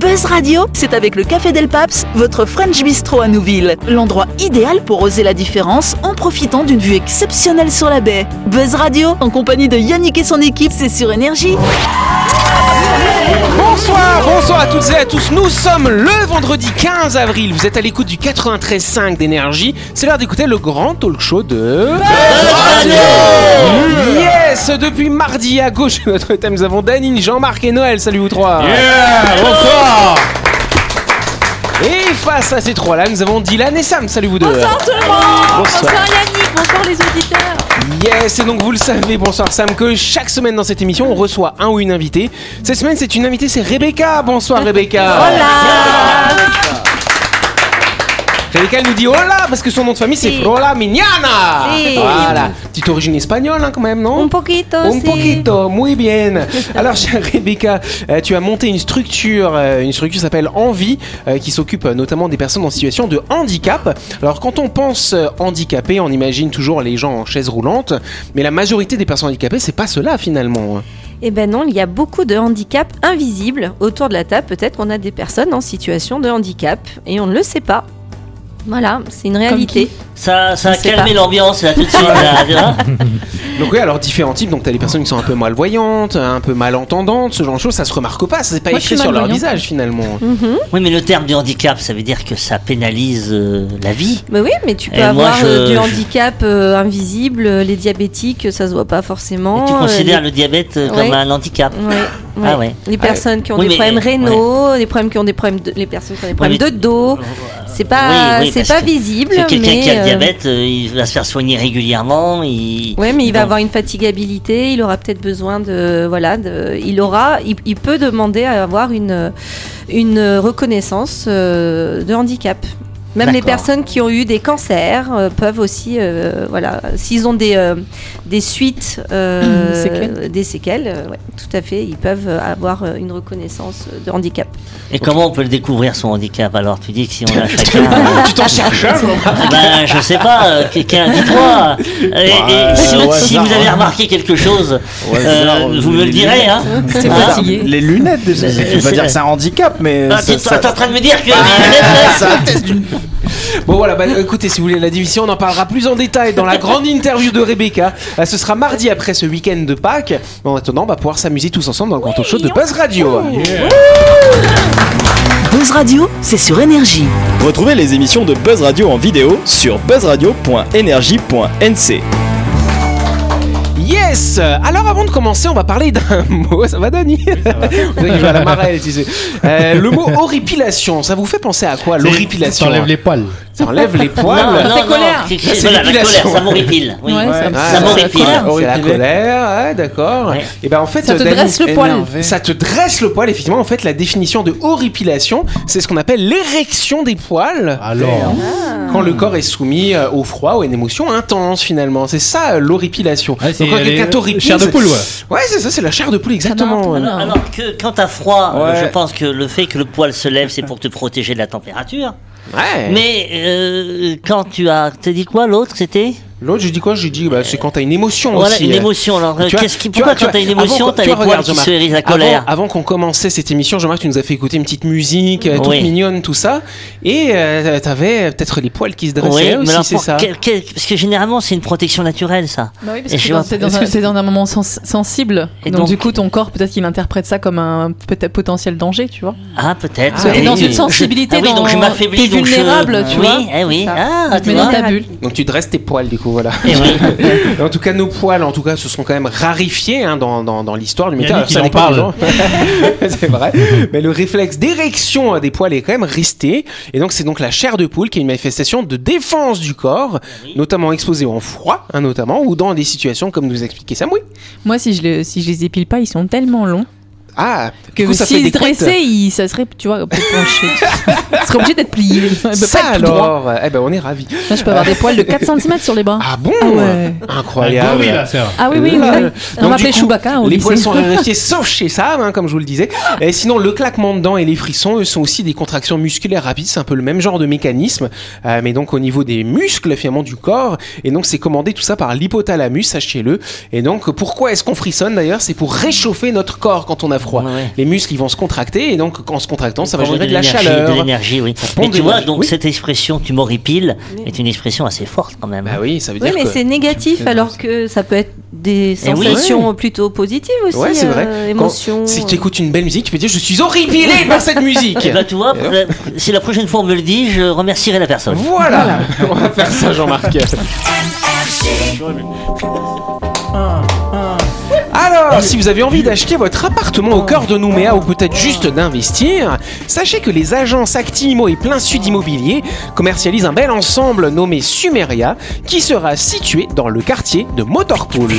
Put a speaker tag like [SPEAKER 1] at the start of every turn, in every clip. [SPEAKER 1] Buzz Radio, c'est avec le Café Del Paps, votre French Bistro à Nouville. L'endroit idéal pour oser la différence en profitant d'une vue exceptionnelle sur la baie. Buzz Radio, en compagnie de Yannick et son équipe, c'est sur Énergie.
[SPEAKER 2] Bonsoir, bonsoir à toutes et à tous. Nous sommes le vendredi 15 avril. Vous êtes à l'écoute du 93.5 d'énergie. C'est l'heure d'écouter le grand talk show de. Yes Depuis mardi à gauche de notre thème, nous avons Danine, Jean-Marc et Noël. Salut vous trois
[SPEAKER 3] Yeah, bonsoir
[SPEAKER 2] Et face à ces trois-là, nous avons Dylan et Sam. Salut vous deux
[SPEAKER 4] Bonsoir tout le monde Bonsoir Yannick, bonsoir les auditeurs
[SPEAKER 2] Yes, et donc vous le savez, bonsoir Sam, que chaque semaine dans cette émission, on reçoit un ou une invitée. Cette semaine, c'est une invitée, c'est Rebecca. Bonsoir Rebecca.
[SPEAKER 1] Ah.
[SPEAKER 2] Rebecca, elle nous dit hola parce que son nom de famille, c'est
[SPEAKER 4] Si.
[SPEAKER 2] Frola Mignana.
[SPEAKER 4] Si.
[SPEAKER 2] Voilà. Petite origine espagnole, hein, quand même, non
[SPEAKER 4] Un poquito
[SPEAKER 5] Oh,
[SPEAKER 2] Un
[SPEAKER 4] si.
[SPEAKER 2] poquito, muy bien. Alors, chère Rebecca, euh, tu as monté une structure, euh, une structure qui s'appelle Envie, euh, qui s'occupe euh, notamment des personnes en situation de handicap. Alors, quand on pense euh, handicapé, on imagine toujours les gens en chaise roulante, mais la majorité des personnes handicapées, c'est pas cela finalement. hein.
[SPEAKER 4] Eh ben non, il y a beaucoup de handicaps invisibles. Autour de la table, peut-être qu'on a des personnes en situation de handicap et on ne le sait pas. Voilà, c'est une réalité.
[SPEAKER 6] Ça, ça
[SPEAKER 4] Je
[SPEAKER 6] a
[SPEAKER 4] sais
[SPEAKER 6] calmé
[SPEAKER 4] pas.
[SPEAKER 6] l'ambiance là tout de suite. là, tu vois.
[SPEAKER 2] Donc, oui, alors différents types. Donc, t'as les personnes qui sont un peu malvoyantes, un peu malentendantes, ce genre de choses, ça se remarque pas, ça c'est pas
[SPEAKER 5] Moi, je
[SPEAKER 2] écrit
[SPEAKER 5] suis
[SPEAKER 2] sur leur
[SPEAKER 5] malvoyante.
[SPEAKER 2] visage finalement.
[SPEAKER 4] Mhm.
[SPEAKER 6] Oui, mais le terme du handicap, ça veut dire que ça pénalise euh, la vie.
[SPEAKER 4] Mais Ben oui, mais tu peux
[SPEAKER 6] Et moi,
[SPEAKER 4] avoir
[SPEAKER 6] je-
[SPEAKER 4] euh, du
[SPEAKER 6] je-
[SPEAKER 4] handicap euh, invisible, euh, les diabétiques, ça se voit pas
[SPEAKER 6] Et
[SPEAKER 4] forcément.
[SPEAKER 6] tu
[SPEAKER 4] euh,
[SPEAKER 6] considères le diabète euh, comme
[SPEAKER 4] Ouais.
[SPEAKER 6] un handicap.
[SPEAKER 4] les... Ouais, ouais.
[SPEAKER 6] Ah ouais.
[SPEAKER 4] Les personnes qui ont
[SPEAKER 6] Oui,
[SPEAKER 4] des
[SPEAKER 6] mais-
[SPEAKER 4] problèmes rénaux, les problèmes qui ont des problèmes de... les personnes qui ont des problèmes
[SPEAKER 6] mais-
[SPEAKER 4] de dos, c'est pas
[SPEAKER 6] Oui, oui,
[SPEAKER 4] c'est
[SPEAKER 6] parce
[SPEAKER 4] pas
[SPEAKER 6] que-
[SPEAKER 4] visible
[SPEAKER 6] Parce Euh, que quelqu'un
[SPEAKER 4] mais
[SPEAKER 6] qui a
[SPEAKER 4] euh,
[SPEAKER 6] le diabète, euh, il va se faire soigner régulièrement. Il...
[SPEAKER 4] Ouais, mais il va
[SPEAKER 6] Bon.
[SPEAKER 4] avoir une fatigabilité, il aura peut-être besoin de voilà, de, il aura, il, il peut demander à avoir une une reconnaissance euh, de handicap. Même les
[SPEAKER 6] D'accord.
[SPEAKER 4] personnes qui ont eu des cancers euh, peuvent aussi, euh, voilà, s'ils ont des euh, des suites, euh,
[SPEAKER 5] Des séquelles.
[SPEAKER 4] des séquelles, euh, ouais, tout à fait, ils peuvent avoir euh, une reconnaissance de handicap.
[SPEAKER 6] Et comment on peut le découvrir son handicap alors Tu dis que si on a chacun.
[SPEAKER 2] tu t'en cherches un, moi.
[SPEAKER 6] ben, je sais pas, euh, quelqu'un, dis-toi. Et- et
[SPEAKER 3] Bah,
[SPEAKER 6] si,
[SPEAKER 3] au
[SPEAKER 6] si
[SPEAKER 3] hasard,
[SPEAKER 6] vous avez
[SPEAKER 3] hein.
[SPEAKER 6] remarqué quelque chose,
[SPEAKER 3] Au hasard,
[SPEAKER 6] euh,
[SPEAKER 3] on
[SPEAKER 6] vous
[SPEAKER 3] met
[SPEAKER 6] me le
[SPEAKER 3] les
[SPEAKER 6] direz.
[SPEAKER 3] lunettes.
[SPEAKER 6] Hein.
[SPEAKER 5] C'est
[SPEAKER 6] Ah.
[SPEAKER 5] fatigué.
[SPEAKER 3] Les lunettes déjà,
[SPEAKER 6] Mais-
[SPEAKER 3] tu vas
[SPEAKER 6] c'est-
[SPEAKER 3] dire que c'est un handicap, mais.
[SPEAKER 6] Ah,
[SPEAKER 3] ça-
[SPEAKER 6] t'es
[SPEAKER 3] ça- Ah,
[SPEAKER 6] t'es en train de me dire que.
[SPEAKER 2] Bon voilà, bah, écoutez, si vous voulez la division, on en parlera plus en détail dans la grande interview de Rebecca. Euh, ce sera mardi après ce week-end de Pâques. En attendant, on va pouvoir s'amuser tous ensemble dans le grand show de Buzz Radio.
[SPEAKER 1] Buzz Radio, c'est sur Énergie.
[SPEAKER 7] Retrouvez les émissions de Buzz Radio en vidéo sur buzzradio.energie.nc.
[SPEAKER 2] Yes Alors avant de commencer, on va parler d'un mot. Ça va, Dani On dirait qu'il joue à la marelle, tu sais. Euh, le mot horripilation, ça vous fait penser à quoi L'horripilation.
[SPEAKER 8] T'enlèves les poils.
[SPEAKER 2] Ça enlève les
[SPEAKER 6] Non,
[SPEAKER 2] poils.
[SPEAKER 6] non,
[SPEAKER 5] colère.
[SPEAKER 6] non,
[SPEAKER 2] Ah, C'est
[SPEAKER 6] voilà, la
[SPEAKER 2] l'épilation.
[SPEAKER 6] colère, ça m'horripile. Oui.
[SPEAKER 5] Ouais, ça-
[SPEAKER 2] Ah,
[SPEAKER 6] Ça
[SPEAKER 2] ouais,
[SPEAKER 6] m'horripile.
[SPEAKER 2] c'est la colère, C'est la
[SPEAKER 3] Horripilé.
[SPEAKER 2] colère, ouais, d'accord.
[SPEAKER 6] Ouais.
[SPEAKER 2] Et ben en fait,
[SPEAKER 5] Ça te
[SPEAKER 2] Dani-
[SPEAKER 5] dresse le poil.
[SPEAKER 2] Énervé. Ça te dresse le poil, effectivement. En fait, la définition de horripilation, c'est ce qu'on appelle l'érection des poils
[SPEAKER 8] Alors,
[SPEAKER 2] quand le corps est soumis euh, au froid ou à une émotion intense, finalement. C'est ça euh, l'horripilation.
[SPEAKER 8] Ouais, c'est
[SPEAKER 2] Donc, quand
[SPEAKER 8] les-
[SPEAKER 2] quelqu'un t'horripile,
[SPEAKER 8] chair de
[SPEAKER 2] c'est-
[SPEAKER 8] poule, ouais.
[SPEAKER 2] Ouais, c'est ça, c'est la chair de poule, exactement.
[SPEAKER 5] marche,
[SPEAKER 2] ouais.
[SPEAKER 6] Alors, alors que quand t'as froid, euh,
[SPEAKER 3] Ouais.
[SPEAKER 6] je pense que le fait que le poil se lève, c'est pour te protéger de la température.
[SPEAKER 2] Ouais.
[SPEAKER 6] Mais euh, quand tu as, t'as dit quoi l'autre C'était
[SPEAKER 2] L'autre, je dis quoi Je dis, bah, c'est quand t'as une émotion
[SPEAKER 6] voilà
[SPEAKER 2] aussi.
[SPEAKER 6] une
[SPEAKER 2] euh.
[SPEAKER 6] émotion. Alors
[SPEAKER 2] Tu vois-
[SPEAKER 6] qu'est-ce qui
[SPEAKER 2] tu
[SPEAKER 6] pourquoi
[SPEAKER 2] vois- tu
[SPEAKER 6] quand t'as une
[SPEAKER 2] vois-
[SPEAKER 6] émotion,
[SPEAKER 2] avant-
[SPEAKER 6] t'as
[SPEAKER 2] tu
[SPEAKER 6] les
[SPEAKER 2] vois,
[SPEAKER 6] poils
[SPEAKER 2] regarde,
[SPEAKER 6] qui se
[SPEAKER 2] Jean-Marc,
[SPEAKER 6] hérissent la
[SPEAKER 2] avant-
[SPEAKER 6] colère
[SPEAKER 2] Avant, qu'on commençait cette émission, Jean-Marc, tu nous as fait écouter une petite musique euh, toute
[SPEAKER 6] Oui.
[SPEAKER 2] mignonne, tout ça. Et euh, t'avais peut-être les poils qui se dressaient aussi, c'est
[SPEAKER 6] pour-
[SPEAKER 2] ça
[SPEAKER 6] quel- quel- parce que généralement c'est une protection naturelle ça.
[SPEAKER 5] Bah oui, parce
[SPEAKER 6] Et
[SPEAKER 5] que
[SPEAKER 6] je
[SPEAKER 5] dans-
[SPEAKER 6] vois-
[SPEAKER 5] c'est dans,
[SPEAKER 6] parce que-
[SPEAKER 5] un- c'est dans un moment sens- sensible.
[SPEAKER 6] Et
[SPEAKER 5] donc,
[SPEAKER 6] donc-
[SPEAKER 5] du coup, ton corps, peut-être qu'il interprète ça comme un peut-être potentiel danger, tu vois.
[SPEAKER 6] Ah peut-être.
[SPEAKER 5] Parce que
[SPEAKER 2] Ah
[SPEAKER 5] t'es
[SPEAKER 2] oui.
[SPEAKER 5] dans une
[SPEAKER 6] Je-
[SPEAKER 5] sensibilité,
[SPEAKER 6] ah oui, donc je
[SPEAKER 5] dans-
[SPEAKER 6] m'affaiblis,
[SPEAKER 5] t'es
[SPEAKER 6] donc je-
[SPEAKER 5] vulnérable, tu
[SPEAKER 6] oui,
[SPEAKER 5] vois.
[SPEAKER 6] Eh oui,
[SPEAKER 5] C'est ça.
[SPEAKER 6] ah, tu
[SPEAKER 5] Mais dans
[SPEAKER 6] vois.
[SPEAKER 5] ta bulle.
[SPEAKER 2] Donc tu dresses tes poils, du coup, voilà.
[SPEAKER 6] Eh oui.
[SPEAKER 2] en tout cas, nos poils, en tout cas, se sont quand même rarifiés hein, dans, dans, dans l'histoire du métier.
[SPEAKER 8] Yannick,
[SPEAKER 2] Alors, ça
[SPEAKER 8] il en
[SPEAKER 2] dépend des
[SPEAKER 8] parle.
[SPEAKER 2] gens. c'est vrai. Mais le réflexe d'érection euh, des poils est quand même resté. Et donc, c'est donc la chair de poule qui est une manifestation de défense du corps,
[SPEAKER 6] Eh
[SPEAKER 2] notamment exposée en froid, hein, notamment, ou dans des situations comme nous expliquait Sam. Oui.
[SPEAKER 5] Moi, si je, les, si je les épile pas, ils sont tellement longs
[SPEAKER 2] Ah, du
[SPEAKER 5] que
[SPEAKER 2] coup, ça fait des
[SPEAKER 5] s'ils se dressaient, ils, ça serait, tu vois, un peu penché. Ils seraient obligés d'être pliés. Ils peuvent
[SPEAKER 2] couettes. Ça
[SPEAKER 5] Eh pas être tout droits.
[SPEAKER 2] alors, euh, eh ben on est ravis.
[SPEAKER 5] Là, je peux avoir des poils de 4 cm sur les bras.
[SPEAKER 2] Ah bon
[SPEAKER 5] Ah ouais.
[SPEAKER 2] Incroyable.
[SPEAKER 8] oui, là, c'est vrai.
[SPEAKER 5] Ah oui, oui,
[SPEAKER 2] Là,
[SPEAKER 5] oui.
[SPEAKER 2] là.
[SPEAKER 5] On
[SPEAKER 2] Donc,
[SPEAKER 5] m'appelait
[SPEAKER 2] du coup,
[SPEAKER 5] Chewbacca au
[SPEAKER 2] Les
[SPEAKER 5] lycée.
[SPEAKER 2] poils sont raréfiés sauf chez Sam, hein, comme je vous le disais. Et sinon, le claquement de dents et les frissons, eux, sont aussi des contractions musculaires rapides. C'est un peu le même genre de mécanisme, euh, mais donc au niveau des muscles finalement du corps. Et donc, c'est commandé tout ça par l'hypothalamus, sachez-le. Et donc, pourquoi est-ce qu'on frissonne d'ailleurs C'est pour réchauffer notre corps quand on a froid.
[SPEAKER 6] Ouais, ouais.
[SPEAKER 2] Les muscles, ils vont se contracter et donc en se contractant, ça va
[SPEAKER 6] Pour
[SPEAKER 2] générer de la
[SPEAKER 6] l'énergie, De
[SPEAKER 2] chaleur.
[SPEAKER 6] l'énergie, oui.
[SPEAKER 2] Ça pompe
[SPEAKER 6] Mais
[SPEAKER 2] de
[SPEAKER 6] tu vois,
[SPEAKER 2] l'énergie.
[SPEAKER 6] donc
[SPEAKER 2] Oui.
[SPEAKER 6] cette expression tu m'horripiles est une expression assez forte quand même.
[SPEAKER 2] Bah oui, ça veut
[SPEAKER 4] Oui,
[SPEAKER 2] dire
[SPEAKER 4] mais
[SPEAKER 2] que-
[SPEAKER 4] c'est négatif alors que ça peut être des
[SPEAKER 6] Eh oui.
[SPEAKER 4] sensations plutôt positives aussi.
[SPEAKER 2] Ouais, c'est vrai.
[SPEAKER 4] euh,
[SPEAKER 2] Quand-
[SPEAKER 4] émotions.
[SPEAKER 2] si tu écoutes une belle musique, tu peux dire je suis horripilé par cette musique.
[SPEAKER 6] Eh ben, tu vois, la- si la prochaine fois on me le dit, je remercierai la personne.
[SPEAKER 2] Voilà. On va faire ça Jean-Marc. Alors, si vous avez envie d'acheter votre appartement au cœur de Nouméa ou peut-être juste d'investir, sachez que les agences Actimo et Plein Sud Immobilier commercialisent un bel ensemble nommé Sumeria qui sera situé dans le quartier de Motorpool.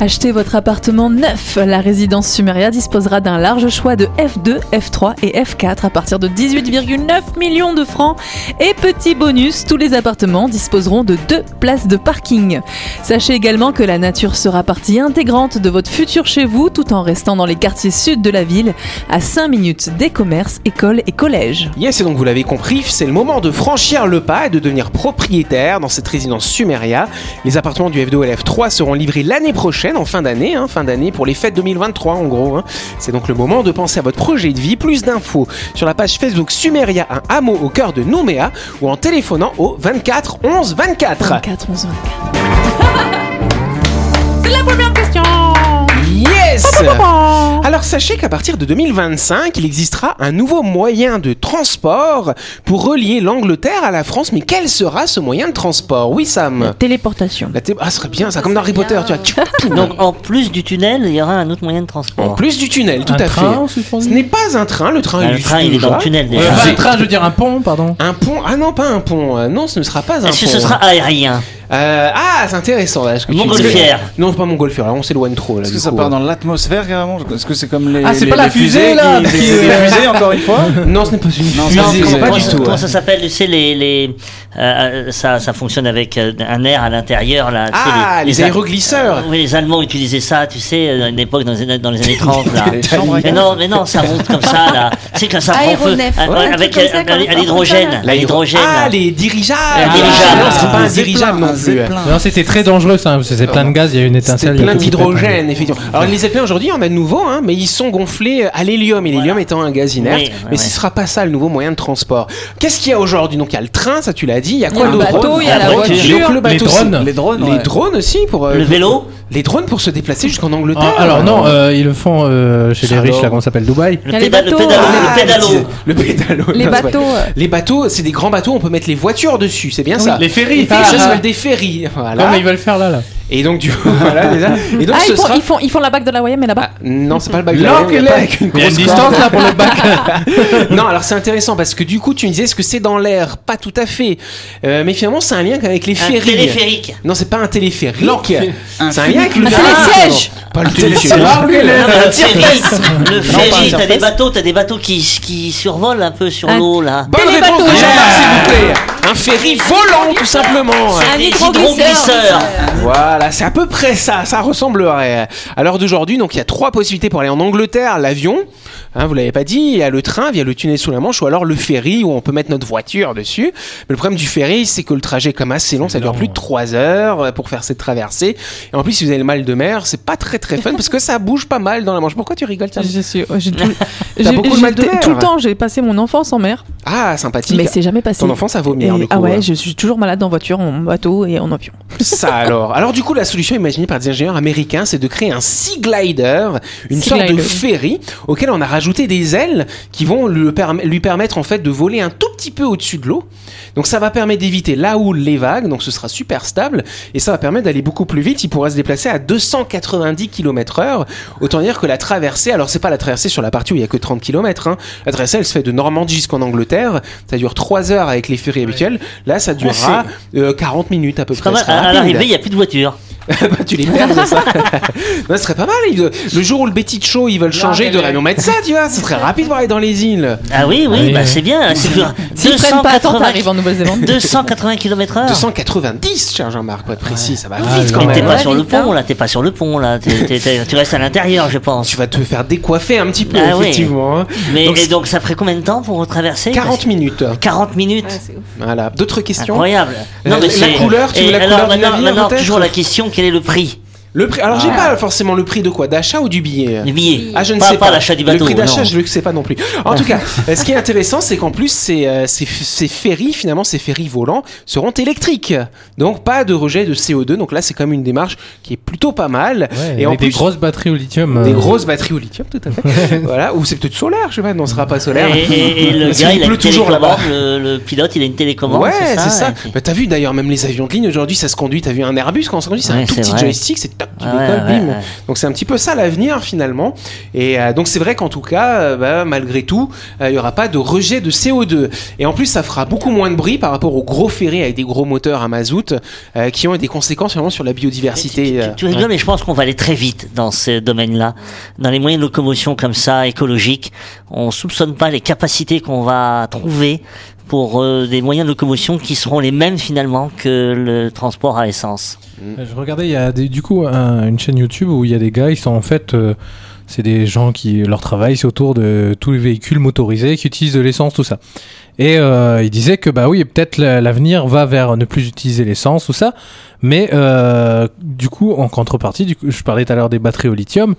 [SPEAKER 5] Achetez votre appartement neuf. La résidence Sumeria disposera d'un large choix de F2, F3 et F4 à partir de 18,9 millions de francs. Et petit bonus, tous les appartements disposeront de deux places de parking. Sachez également que la nature sera partie intégrante de votre futur chez vous tout en restant dans les quartiers sud de la ville, à 5 minutes des commerces, écoles et collèges.
[SPEAKER 2] Yes, et donc vous l'avez compris, c'est le moment de franchir le pas et de devenir propriétaire dans cette résidence Sumeria. Les appartements du F2 et F3 seront livrés l'année prochaine, en fin d'année, hein, fin d'année pour les fêtes 2023 en gros. hein. C'est donc le moment de penser à votre projet de vie. Plus d'infos sur la page Facebook Sumeria, un hameau au cœur de Nouméa, ou en téléphonant au 24 11 24.
[SPEAKER 5] 24, 11, 24.
[SPEAKER 2] Yes Alors sachez qu'à partir de 2025, il existera un nouveau moyen de transport pour relier l'Angleterre à la France. Mais quel sera ce moyen de transport Oui Sam
[SPEAKER 5] Téléportation.
[SPEAKER 2] La thé- Ah, ce serait bien ça, comme dans Harry Potter, tu vois. tchou,
[SPEAKER 6] Donc oh. en plus du tunnel, il y aura un autre moyen de
[SPEAKER 2] En
[SPEAKER 6] transport.
[SPEAKER 2] plus du tunnel, tout à
[SPEAKER 3] Un train, on
[SPEAKER 2] fait. Ce n'est pas un train, le train,
[SPEAKER 6] Bah,
[SPEAKER 2] il
[SPEAKER 6] le
[SPEAKER 2] existe
[SPEAKER 6] train, il est dans
[SPEAKER 2] déjà.
[SPEAKER 6] le tunnel
[SPEAKER 3] Euh,
[SPEAKER 6] déjà.
[SPEAKER 3] pas
[SPEAKER 2] c'est-
[SPEAKER 3] un train, je veux dire un pont, pardon.
[SPEAKER 2] Un pont Ah non, pas un pont. euh, non, ce ne sera pas un pont.
[SPEAKER 6] Est-ce que ce sera aérien
[SPEAKER 2] Euh, ah, c'est intéressant là. ce que tu dis.
[SPEAKER 6] Montgolfière.
[SPEAKER 2] Non, c'est pas montgolfière. Là, on s'éloigne trop. Là,
[SPEAKER 3] Est-ce
[SPEAKER 2] du
[SPEAKER 3] que ça
[SPEAKER 2] coup.
[SPEAKER 3] part dans l'atmosphère carrément Est-ce que c'est comme les.
[SPEAKER 2] Ah, c'est
[SPEAKER 3] les-
[SPEAKER 2] pas la
[SPEAKER 3] les
[SPEAKER 2] fusée,
[SPEAKER 3] fusées
[SPEAKER 2] là,
[SPEAKER 3] qui-
[SPEAKER 2] qui-
[SPEAKER 3] les- Les fusées, encore une fois
[SPEAKER 2] Non, ce n'est pas une
[SPEAKER 3] Non,
[SPEAKER 2] fusée,
[SPEAKER 3] non,
[SPEAKER 2] c'est
[SPEAKER 3] comment-
[SPEAKER 2] pas
[SPEAKER 6] Comment-
[SPEAKER 2] du tout.
[SPEAKER 6] Comment
[SPEAKER 2] hein.
[SPEAKER 6] ça s'appelle Tu sais, les, les, euh, ça, ça fonctionne avec euh, un air à l'intérieur. là. tu sais,
[SPEAKER 2] Ah, les
[SPEAKER 6] Al-
[SPEAKER 2] aéroglisseurs.
[SPEAKER 6] Euh, Oui, les Allemands utilisaient ça, tu sais, euh, à une époque dans les, années- dans les années 30. Là.
[SPEAKER 3] Les chambres à
[SPEAKER 6] mais
[SPEAKER 3] gaz.
[SPEAKER 6] non, mais non, ça monte comme ça, là. Tu sais, quand ça prend feu.
[SPEAKER 4] Aéronef.
[SPEAKER 6] Ah,
[SPEAKER 4] Ouais, un
[SPEAKER 6] avec
[SPEAKER 4] truc comme ça,
[SPEAKER 6] à-
[SPEAKER 4] comme
[SPEAKER 6] à- à
[SPEAKER 4] ça,
[SPEAKER 6] l'hydrogène.
[SPEAKER 4] comme
[SPEAKER 6] À l'hydrogène.
[SPEAKER 2] Ah,
[SPEAKER 6] là.
[SPEAKER 2] les dirigeables.
[SPEAKER 6] Les
[SPEAKER 2] Ah,
[SPEAKER 6] dirigeables.
[SPEAKER 2] Non, c'est pas
[SPEAKER 3] Un
[SPEAKER 2] un
[SPEAKER 3] zeppelin,
[SPEAKER 2] dirigeable non
[SPEAKER 3] un
[SPEAKER 2] plus.
[SPEAKER 3] zeppelin.
[SPEAKER 8] Non, c'était très dangereux ça, parce que c'est plein de gaz, il y a une
[SPEAKER 2] C'était
[SPEAKER 8] étincelle. il y a
[SPEAKER 2] plein
[SPEAKER 8] tout qui pète.
[SPEAKER 2] d'hydrogène, effectivement. Alors les zeppelins aujourd'hui, on a de nouveau, hein, mais ils sont gonflés à l'hélium, et l'hélium étant un gaz inerte.
[SPEAKER 6] Oui, ouais,
[SPEAKER 2] mais ce
[SPEAKER 6] ouais.
[SPEAKER 2] sera pas ça le nouveau moyen de transport. Qu'est-ce qu'il y a aujourd'hui Donc il y a le train, ça tu l'as dit. Il y a quoi
[SPEAKER 5] le
[SPEAKER 2] d'autre
[SPEAKER 5] bateau, il y a la
[SPEAKER 2] Donc,
[SPEAKER 5] voiture.
[SPEAKER 2] le bateau,
[SPEAKER 8] Les drones.
[SPEAKER 2] c'est-
[SPEAKER 3] Les drones,
[SPEAKER 2] Les
[SPEAKER 3] ouais.
[SPEAKER 2] drones aussi pour euh,
[SPEAKER 6] Le vélo,
[SPEAKER 2] Les drones pour se déplacer jusqu'en Angleterre.
[SPEAKER 8] Ah, alors non, euh, ils le font euh, chez les
[SPEAKER 2] Alors.
[SPEAKER 8] riches, là, comment ça s'appelle Dubaï
[SPEAKER 6] le
[SPEAKER 5] y a les
[SPEAKER 6] pédalo, le
[SPEAKER 5] bateaux.
[SPEAKER 6] pédalo,
[SPEAKER 2] Ah,
[SPEAKER 6] le pédalo.
[SPEAKER 2] le pédalo,
[SPEAKER 5] Les
[SPEAKER 2] non, c'est pas-
[SPEAKER 5] bateaux. euh,
[SPEAKER 2] Les bateaux, c'est des grands bateaux, on peut mettre les voitures dessus, c'est bien ça.
[SPEAKER 8] Les ferries
[SPEAKER 2] Ah, ça
[SPEAKER 8] ah,
[SPEAKER 2] s'appelle des ferries. Voilà.
[SPEAKER 8] Non, mais ils veulent faire là, là.
[SPEAKER 2] Et donc du voilà, déjà. Et donc
[SPEAKER 5] Ah,
[SPEAKER 2] ce
[SPEAKER 5] ils font,
[SPEAKER 2] sera
[SPEAKER 5] ils, font, ils font la bague de la Wayem, mais là-bas.
[SPEAKER 2] Ah, non, c'est pas le bac de
[SPEAKER 8] Là,
[SPEAKER 2] la- il y a
[SPEAKER 8] quelle
[SPEAKER 2] pas
[SPEAKER 8] est
[SPEAKER 2] avec une
[SPEAKER 8] Il y a une
[SPEAKER 2] grosse
[SPEAKER 8] distance là pour le bac.
[SPEAKER 2] non, alors c'est intéressant parce que du coup, tu me disais ce que c'est dans l'air, pas tout à fait. Euh, mais finalement, c'est un lien avec les
[SPEAKER 6] Un
[SPEAKER 2] ferries.
[SPEAKER 6] téléphérique.
[SPEAKER 2] non, c'est pas un téléphérique.
[SPEAKER 3] un
[SPEAKER 2] c'est un lien avec le
[SPEAKER 5] télésiège.
[SPEAKER 2] Pas le télésiège.
[SPEAKER 6] Non, mais
[SPEAKER 2] Un
[SPEAKER 6] le ferry,
[SPEAKER 2] tire-fesse.
[SPEAKER 6] le
[SPEAKER 3] pas un
[SPEAKER 6] ferry, t'as
[SPEAKER 3] surface.
[SPEAKER 6] des bateaux, t'as des bateaux qui, qui survolent un peu sur
[SPEAKER 5] Un-
[SPEAKER 6] l'eau là.
[SPEAKER 2] Bonne réponse de Jean-Marc, s'il vous plaît. Un ferry volant, tout simplement.
[SPEAKER 6] C'est des
[SPEAKER 5] hydroglisseur.
[SPEAKER 6] hydroglisseurs.
[SPEAKER 2] Voilà, c'est à peu près ça, ça ressemblerait. À l'heure d'aujourd'hui, donc il y a trois possibilités pour aller en Angleterre, l'avion, hein, vous l'avez pas dit, il y a le train via le tunnel sous la Manche ou alors le ferry où on peut mettre notre voiture dessus. Mais le problème du ferry, c'est que le trajet est comme assez long, ça dure plus de trois heures euh, pour faire cette traversée. Et en plus, si vous avez le mal de mer, c'est pas très très fun parce que ça bouge pas mal dans la Manche. Pourquoi tu rigoles Sam
[SPEAKER 5] Je suis, j'ai tout, j'ai-
[SPEAKER 2] beaucoup de mal de
[SPEAKER 5] j'ai-
[SPEAKER 2] mer.
[SPEAKER 5] tout le temps, j'ai passé mon enfance en mer,
[SPEAKER 2] Ah, sympathique.
[SPEAKER 5] mais c'est jamais passé.
[SPEAKER 2] Ton enfance à
[SPEAKER 5] Et-
[SPEAKER 2] vomir, du coup.
[SPEAKER 5] ah ouais,
[SPEAKER 2] hein.
[SPEAKER 5] je suis toujours malade en voiture, en bateau et en avion.
[SPEAKER 2] Ça alors. Alors du coup, la solution imaginée par des ingénieurs américains, c'est de créer un sea glider, une
[SPEAKER 5] Sea
[SPEAKER 2] sorte de
[SPEAKER 5] glider.
[SPEAKER 2] ferry auquel on a rajouté des ailes qui vont le perm- lui permettre en fait de voler un tout petit peu au-dessus de l'eau. Donc ça va permettre d'éviter la houle, les vagues, donc ce sera super stable et ça va permettre d'aller beaucoup plus vite. Il pourra se déplacer à 290 km/h. Autant dire que la traversée, alors c'est pas la traversée sur la partie où il y a que 30 km. Hein. La traversée, elle se fait de Normandie jusqu'en Angleterre. Ça dure 3 heures avec les ferries habituels. Là, ça durera euh, 40 minutes à peu
[SPEAKER 6] C'est pas
[SPEAKER 2] près. Ce
[SPEAKER 6] mal.
[SPEAKER 2] sera
[SPEAKER 6] À à
[SPEAKER 2] rapide.
[SPEAKER 6] l'arrivée, il n'y a plus de voiture.
[SPEAKER 2] Bah, tu les perds, c'est ça. non, ce serait pas mal. ils- Le jour où le Betty Show, ils veulent changer, ils devraient nous mettre ça, tu vois. Ce serait rapide pour aller dans les îles.
[SPEAKER 6] Ah oui, oui,
[SPEAKER 8] Oui.
[SPEAKER 6] bah c'est bien. C'est plus-
[SPEAKER 5] S'ils prennent pas tant,
[SPEAKER 6] 280
[SPEAKER 5] t'arrives hein. en Nouvelle-Zélande.
[SPEAKER 6] 280 km
[SPEAKER 2] Ah.
[SPEAKER 6] heure.
[SPEAKER 2] 290, cher Jean-Marc, pour être précis, ça va vite
[SPEAKER 8] oui.
[SPEAKER 2] quand
[SPEAKER 6] Mais t'es
[SPEAKER 2] même.
[SPEAKER 6] pas
[SPEAKER 5] Ouais,
[SPEAKER 6] sur le
[SPEAKER 5] vite, hein.
[SPEAKER 6] pont là, t'es pas sur le pont là, T'es- t'es- t'es- tu restes à l'intérieur je pense.
[SPEAKER 2] Tu vas te faire décoiffer un petit peu,
[SPEAKER 6] Ah oui.
[SPEAKER 2] effectivement. hein.
[SPEAKER 6] Mais
[SPEAKER 2] Donc,
[SPEAKER 6] et donc ça ferait combien de temps pour traverser
[SPEAKER 2] 40 minutes.
[SPEAKER 6] 40 minutes
[SPEAKER 2] Voilà. D'autres questions
[SPEAKER 6] Incroyable.
[SPEAKER 2] Euh, la
[SPEAKER 6] c'est-
[SPEAKER 2] couleur, tu
[SPEAKER 6] et
[SPEAKER 2] veux la
[SPEAKER 6] alors,
[SPEAKER 2] couleur du
[SPEAKER 6] maintenant,
[SPEAKER 2] navire,
[SPEAKER 6] maintenant
[SPEAKER 2] peut-être
[SPEAKER 6] toujours la question, quel est le prix
[SPEAKER 2] Le prix. Alors j'ai pas forcément le prix de quoi D'achat ou du billet
[SPEAKER 6] Le billet.
[SPEAKER 2] Ah, je ne
[SPEAKER 6] pas,
[SPEAKER 2] sais pas.
[SPEAKER 6] pas l'achat du bateau.
[SPEAKER 2] Le prix d'achat,
[SPEAKER 6] non.
[SPEAKER 2] je le sais pas non plus. En tout cas, euh, ce qui est intéressant, c'est qu'en plus, ces, euh, ces, ces ferries, finalement, ces ferries volants seront électriques. Donc, pas de rejet de CO2. Donc là, c'est quand même une démarche qui est plutôt pas mal.
[SPEAKER 8] et
[SPEAKER 2] et en
[SPEAKER 8] avec
[SPEAKER 2] plus,
[SPEAKER 8] des grosses batteries au lithium.
[SPEAKER 2] des
[SPEAKER 8] euh,
[SPEAKER 2] grosses batteries au lithium, tout à fait. voilà. Ou c'est peut-être solaire, je sais pas. Non, ce sera pas
[SPEAKER 6] Et,
[SPEAKER 2] solaire.
[SPEAKER 6] et- et le
[SPEAKER 2] Parce
[SPEAKER 6] gars,
[SPEAKER 2] qu'il
[SPEAKER 6] il a
[SPEAKER 2] pleut
[SPEAKER 6] une
[SPEAKER 2] toujours là-bas.
[SPEAKER 6] télécommande. Le, le pilote, il a une télécommande.
[SPEAKER 2] ouais, c'est ça.
[SPEAKER 6] et puis-
[SPEAKER 2] Bah, t'as vu d'ailleurs, même les avions de ligne aujourd'hui, ça se conduit. T'as vu un Airbus quand on se conduit, c'est un
[SPEAKER 6] Ouais,
[SPEAKER 2] tout
[SPEAKER 6] c'est
[SPEAKER 2] petit
[SPEAKER 6] vrai.
[SPEAKER 2] joystick, c'est tac, tu
[SPEAKER 6] Ouais,
[SPEAKER 2] décolles,
[SPEAKER 6] ouais,
[SPEAKER 2] bim.
[SPEAKER 6] ouais.
[SPEAKER 2] Donc c'est un petit peu ça l'avenir finalement. Et euh, donc c'est vrai qu'en tout cas, euh, bah, malgré tout, euh, il y n'y aura pas de rejet de CO2. Et en plus, ça fera beaucoup moins de bruit par rapport aux gros ferrés avec des gros moteurs à mazout euh, qui ont des conséquences vraiment sur la biodiversité. euh,
[SPEAKER 6] Tu, tu- tu rigoles, mais je pense qu'on va aller très vite dans ce domaine-là. Dans les moyens de locomotion comme ça, écologiques, on soupçonne pas les capacités qu'on va trouver pour euh, des moyens de locomotion qui seront les mêmes finalement que le transport à essence.
[SPEAKER 8] Je regardais, il y a des- du coup un- une chaîne YouTube où il y a des gars, ils sont en fait, euh, c'est des gens qui leur travail c'est autour de tous les véhicules motorisés qui utilisent de l'essence, tout ça. Et euh, ils disaient que bah oui, peut-être la- l'avenir va vers ne plus utiliser l'essence, tout ça. Mais euh, du coup, en contrepartie, du coup, je parlais tout à l'heure des batteries au lithium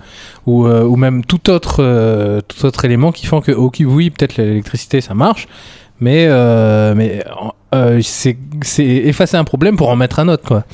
[SPEAKER 8] ou, euh, ou même tout autre, euh, tout autre élément qui font que ok, oui, peut-être l'électricité ça marche, mais euh, mais euh, c'est c'est effacer un problème pour en mettre un autre quoi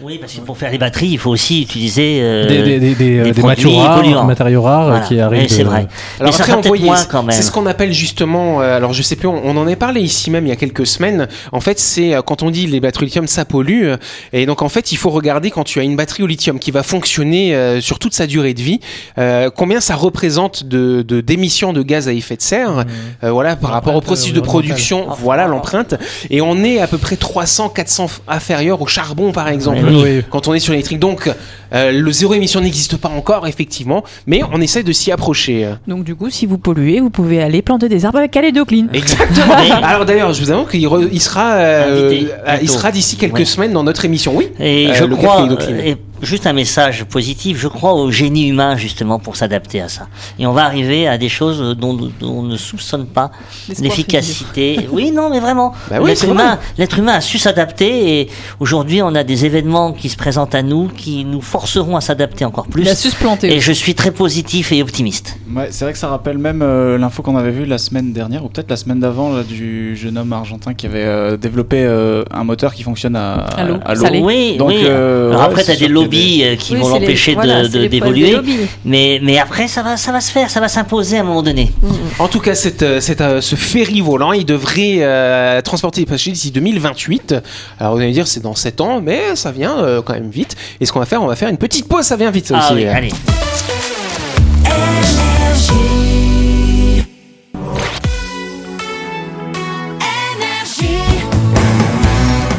[SPEAKER 6] Oui, parce que pour faire les batteries, il faut aussi utiliser euh,
[SPEAKER 8] des, des, des, des,
[SPEAKER 6] des
[SPEAKER 8] des
[SPEAKER 6] produits
[SPEAKER 8] matériaux rares,
[SPEAKER 6] polluants.
[SPEAKER 8] matériaux rares euh,
[SPEAKER 6] Voilà.
[SPEAKER 8] qui arrivent.
[SPEAKER 6] Oui, c'est
[SPEAKER 8] euh,
[SPEAKER 6] vrai. Mais ça
[SPEAKER 2] après,
[SPEAKER 6] sera
[SPEAKER 2] on
[SPEAKER 6] peut-être
[SPEAKER 2] voyait-
[SPEAKER 6] moins quand même.
[SPEAKER 2] C'est ce qu'on appelle justement, euh, alors je sais plus, on, on en a parlé ici même il y a quelques semaines. En fait, c'est euh, quand on dit les batteries lithium ça pollue, euh, et donc en fait il faut regarder quand tu as une batterie au lithium qui va fonctionner euh, sur toute sa durée de vie, euh, combien ça représente de de- d'émissions de, gaz à effet de serre, euh, voilà par rapport au
[SPEAKER 8] L'empreinte
[SPEAKER 2] processus de
[SPEAKER 8] environnementale.
[SPEAKER 2] production, voilà l'empreinte, et on est à peu près 300-400 inférieur au charbon par exemple.
[SPEAKER 6] Oui.
[SPEAKER 8] Oui.
[SPEAKER 2] Quand on est sur l'électrique, donc euh, le zéro émission n'existe pas encore effectivement, mais on essaie de s'y approcher. euh.
[SPEAKER 5] Donc du coup, si vous polluez, vous pouvez aller planter des arbres avec Calédocline.
[SPEAKER 2] Exactement.
[SPEAKER 6] Oui.
[SPEAKER 2] Alors d'ailleurs, je vous avoue qu'il re- il sera, euh,
[SPEAKER 6] Invité,
[SPEAKER 2] euh, il
[SPEAKER 6] bientôt.
[SPEAKER 2] sera d'ici quelques
[SPEAKER 6] Ouais. Mm.
[SPEAKER 2] semaines dans notre émission. Oui.
[SPEAKER 6] Et
[SPEAKER 2] Euh,
[SPEAKER 6] je
[SPEAKER 2] le
[SPEAKER 6] crois,
[SPEAKER 2] catalogue climat.
[SPEAKER 6] euh, et juste un message positif, je crois au génie humain justement pour s'adapter à ça. Et on va arriver à des choses dont, dont on ne soupçonne pas
[SPEAKER 5] L'espoir
[SPEAKER 6] l'efficacité. Oui, non, mais vraiment.
[SPEAKER 2] Bah oui,
[SPEAKER 6] l'être,
[SPEAKER 2] c'est
[SPEAKER 6] humain, l'être humain a su s'adapter et aujourd'hui on a des événements qui se présentent à nous qui nous forceront à s'adapter encore
[SPEAKER 5] Il a
[SPEAKER 6] plus. Et
[SPEAKER 5] susplanté.
[SPEAKER 6] je suis très positif et optimiste.
[SPEAKER 3] Ouais, c'est vrai que ça rappelle même euh, l'info qu'on avait vue la semaine dernière, ou peut-être la semaine d'avant, là, du jeune homme argentin qui avait euh, développé euh, un moteur qui fonctionne à,
[SPEAKER 5] À l'eau.
[SPEAKER 3] à
[SPEAKER 5] Salé.
[SPEAKER 6] Oui,
[SPEAKER 3] Donc,
[SPEAKER 6] oui.
[SPEAKER 3] euh,
[SPEAKER 6] Alors
[SPEAKER 3] ouais,
[SPEAKER 6] après,
[SPEAKER 3] c'est
[SPEAKER 6] t'as des
[SPEAKER 3] sûr qu'il y a des-
[SPEAKER 6] lobbies euh, qui
[SPEAKER 4] Oui,
[SPEAKER 6] vont
[SPEAKER 4] c'est les-
[SPEAKER 6] l'empêcher
[SPEAKER 4] voilà,
[SPEAKER 6] de-
[SPEAKER 4] c'est
[SPEAKER 6] de-
[SPEAKER 4] les problèmes des
[SPEAKER 6] d'évoluer.
[SPEAKER 4] lobbies.
[SPEAKER 6] Mais, mais après, ça va, ça va se faire, ça va s'imposer à un moment donné.
[SPEAKER 2] En tout cas, cette, euh, cette, euh, ce ferry volant, il devrait euh, transporter les passagers d'ici 2028. Alors vous allez me dire, c'est dans 7 ans, mais ça vient euh, quand même vite. Et ce qu'on va faire, on va faire une petite pause. Ça vient vite ça
[SPEAKER 6] Ah
[SPEAKER 2] aussi.
[SPEAKER 3] hein.
[SPEAKER 6] oui, allez.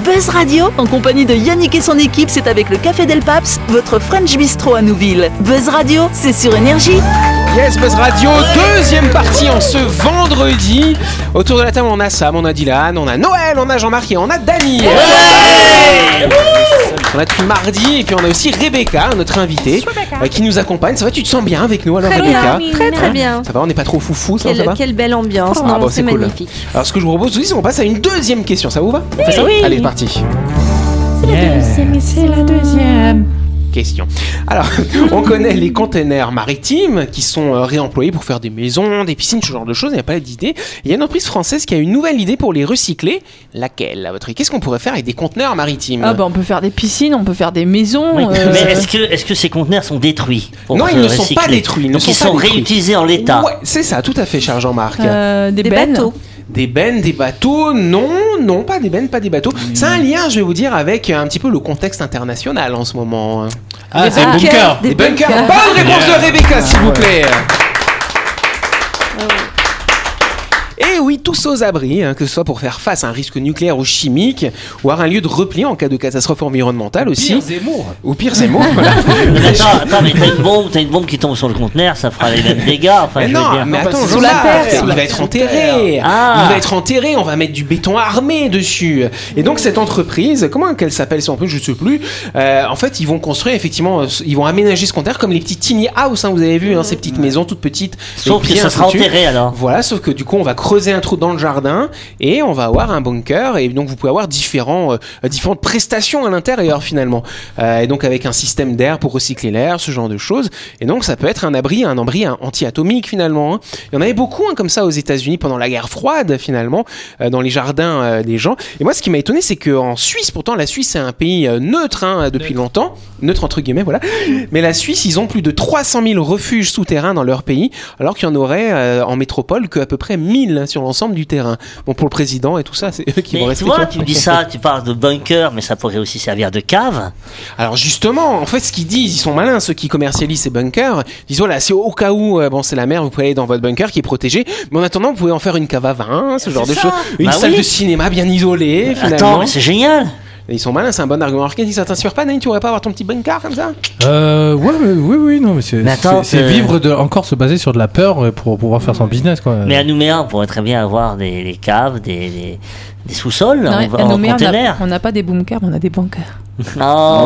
[SPEAKER 1] Buzz Radio, en compagnie de Yannick et son équipe, c'est avec le Café Del Paps, votre French Bistro à Nouville. Buzz Radio, c'est sur Énergie.
[SPEAKER 2] Yes, Buzz Radio, deuxième partie en ce vendredi. Autour de la table, on a Sam, on a Dylan, on a Noël, on a Jean-Marc et on a Dany. on a depuis mardi et puis on a aussi Rebecca, notre invitée, euh, qui nous accompagne. Ça va, tu te sens bien avec nous alors,
[SPEAKER 4] Très
[SPEAKER 2] Rebecca
[SPEAKER 4] bien, très très bien.
[SPEAKER 2] Ça va, on n'est pas trop foufou, ça, ça
[SPEAKER 4] Quelle,
[SPEAKER 2] va
[SPEAKER 4] quelle belle ambiance,
[SPEAKER 2] Ah,
[SPEAKER 4] non,
[SPEAKER 2] bah,
[SPEAKER 4] c'est
[SPEAKER 2] c'est cool.
[SPEAKER 4] magnifique.
[SPEAKER 2] Alors, ce que je vous propose, c'est qu'on passe à une deuxième question. Ça vous va On fait ça Allez, c'est parti.
[SPEAKER 5] C'est la deuxième.
[SPEAKER 2] question. Alors, on connaît les containers maritimes qui sont euh, réemployés pour faire des maisons, des piscines, ce genre de choses. Il n'y a pas d'idée. Il y a une entreprise française qui a une nouvelle idée pour les recycler. Laquelle, à votre avis Qu'est-ce qu'on pourrait faire avec des conteneurs maritimes
[SPEAKER 5] Ah bah on peut faire des piscines, on peut faire des maisons.
[SPEAKER 6] Oui.
[SPEAKER 5] euh,
[SPEAKER 6] Mais est-ce que, est-ce que ces conteneurs sont détruits pour
[SPEAKER 2] Non,
[SPEAKER 6] se
[SPEAKER 2] ils ne sont
[SPEAKER 6] recycler
[SPEAKER 2] pas détruits. Ils ne
[SPEAKER 6] Donc
[SPEAKER 2] sont
[SPEAKER 6] ils
[SPEAKER 2] pas
[SPEAKER 6] sont
[SPEAKER 2] détruits.
[SPEAKER 6] réutilisés en l'état.
[SPEAKER 2] Ouais, c'est ça, tout à fait, cher Jean-Marc.
[SPEAKER 5] euh, des,
[SPEAKER 4] Des
[SPEAKER 5] bennes.
[SPEAKER 4] bateaux.
[SPEAKER 2] Des bennes, des bateaux, non, non, pas des bennes, pas des bateaux. C'est un lien, je vais vous dire, avec euh, un petit peu le contexte international en ce moment. hein.
[SPEAKER 8] Ah, c'est le
[SPEAKER 5] Ah,
[SPEAKER 8] bunker.
[SPEAKER 2] Des bunkers. Eh ben, Bonne réponse de Rebecca, s'il vous plaît. Et Eh oui, tous aux abris, hein, que ce soit pour faire face à un risque nucléaire ou chimique, ou avoir un lieu de repli en cas de catastrophe environnementale aussi. Ou pire, c'est moi. voilà.
[SPEAKER 6] Mais attends, attends, mais t'as une bombe, t'as une bombe qui tombe sur le conteneur, ça fera les mêmes dégâts. Enfin,
[SPEAKER 2] Mais
[SPEAKER 6] je veux
[SPEAKER 2] non,
[SPEAKER 6] dire.
[SPEAKER 2] mais attends,
[SPEAKER 3] parce que sous
[SPEAKER 2] Jean-Marc,
[SPEAKER 3] la terre,
[SPEAKER 2] il va être enterré.
[SPEAKER 6] Ah.
[SPEAKER 2] Il va être enterré, on va mettre du béton armé dessus. Et donc cette entreprise, comment qu'elle s'appelle son peu, je sais plus. euh, en fait, ils vont construire effectivement, euh, ils vont aménager ce conteneur comme les petits tiny house, hein, vous avez vu, hein, ces petites maisons toutes petites.
[SPEAKER 6] Sauf
[SPEAKER 2] et
[SPEAKER 6] que
[SPEAKER 2] bien
[SPEAKER 6] ça sera
[SPEAKER 2] foutues.
[SPEAKER 6] enterré alors.
[SPEAKER 2] Voilà, sauf que du coup, on va creuser creuser un trou dans le jardin et on va avoir un bunker et donc vous pouvez avoir différents, euh, différentes prestations à l'intérieur finalement. Euh, et donc avec un système d'air pour recycler l'air, ce genre de choses. Et donc ça peut être un abri, un abri hein, anti-atomique finalement. hein. Il y en avait beaucoup hein, comme ça aux États-Unis pendant la guerre froide finalement, euh, dans les jardins euh, des gens. Et moi ce qui m'a étonné c'est qu'en Suisse, pourtant la Suisse c'est un pays euh, neutre hein, depuis longtemps, neutre entre guillemets, voilà. Mais la Suisse, ils ont plus de 300 000 refuges souterrains dans leur pays, alors qu'il y en aurait euh, en métropole qu'à peu près 1000 sur l'ensemble du terrain. Bon, pour le président et tout ça, c'est eux qui vont
[SPEAKER 6] Mais tu
[SPEAKER 2] rester.
[SPEAKER 6] vois, tu me dis ça, tu parles de bunker, mais ça pourrait aussi servir de cave.
[SPEAKER 2] Alors justement, en fait, ce qu'ils disent, ils sont malins, ceux qui commercialisent ces bunkers. Ils disent, voilà, c'est au cas où, euh, bon, c'est la mer, vous pouvez aller dans votre bunker qui est protégé, mais en attendant, vous pouvez en faire une cave à vin, ce genre de choses. Une
[SPEAKER 6] Bah
[SPEAKER 2] salle
[SPEAKER 6] oui.
[SPEAKER 2] de cinéma bien isolée,
[SPEAKER 6] Attends,
[SPEAKER 2] finalement.
[SPEAKER 6] mais c'est génial.
[SPEAKER 2] Et ils sont malins, c'est un bon argument. Alors, qu'est-ce que ça t'inspire pas, Nani Tu pourrais pas avoir ton petit bunker comme ça
[SPEAKER 8] Euh, ouais, mais- oui, oui, non, mais c'est
[SPEAKER 6] Mais attends,
[SPEAKER 8] c'est- c'est
[SPEAKER 6] euh,
[SPEAKER 8] vivre de, encore se baser sur de la peur euh, pour pouvoir faire son business, quoi.
[SPEAKER 6] Mais à Nouméa, on pourrait très bien avoir des, des caves, des, des, des sous-sols
[SPEAKER 5] Non,
[SPEAKER 6] en,
[SPEAKER 5] mais à
[SPEAKER 6] en
[SPEAKER 5] Nouméa, on a-
[SPEAKER 6] container.
[SPEAKER 5] on n'a pas des bunkers, mais on a des bunkers.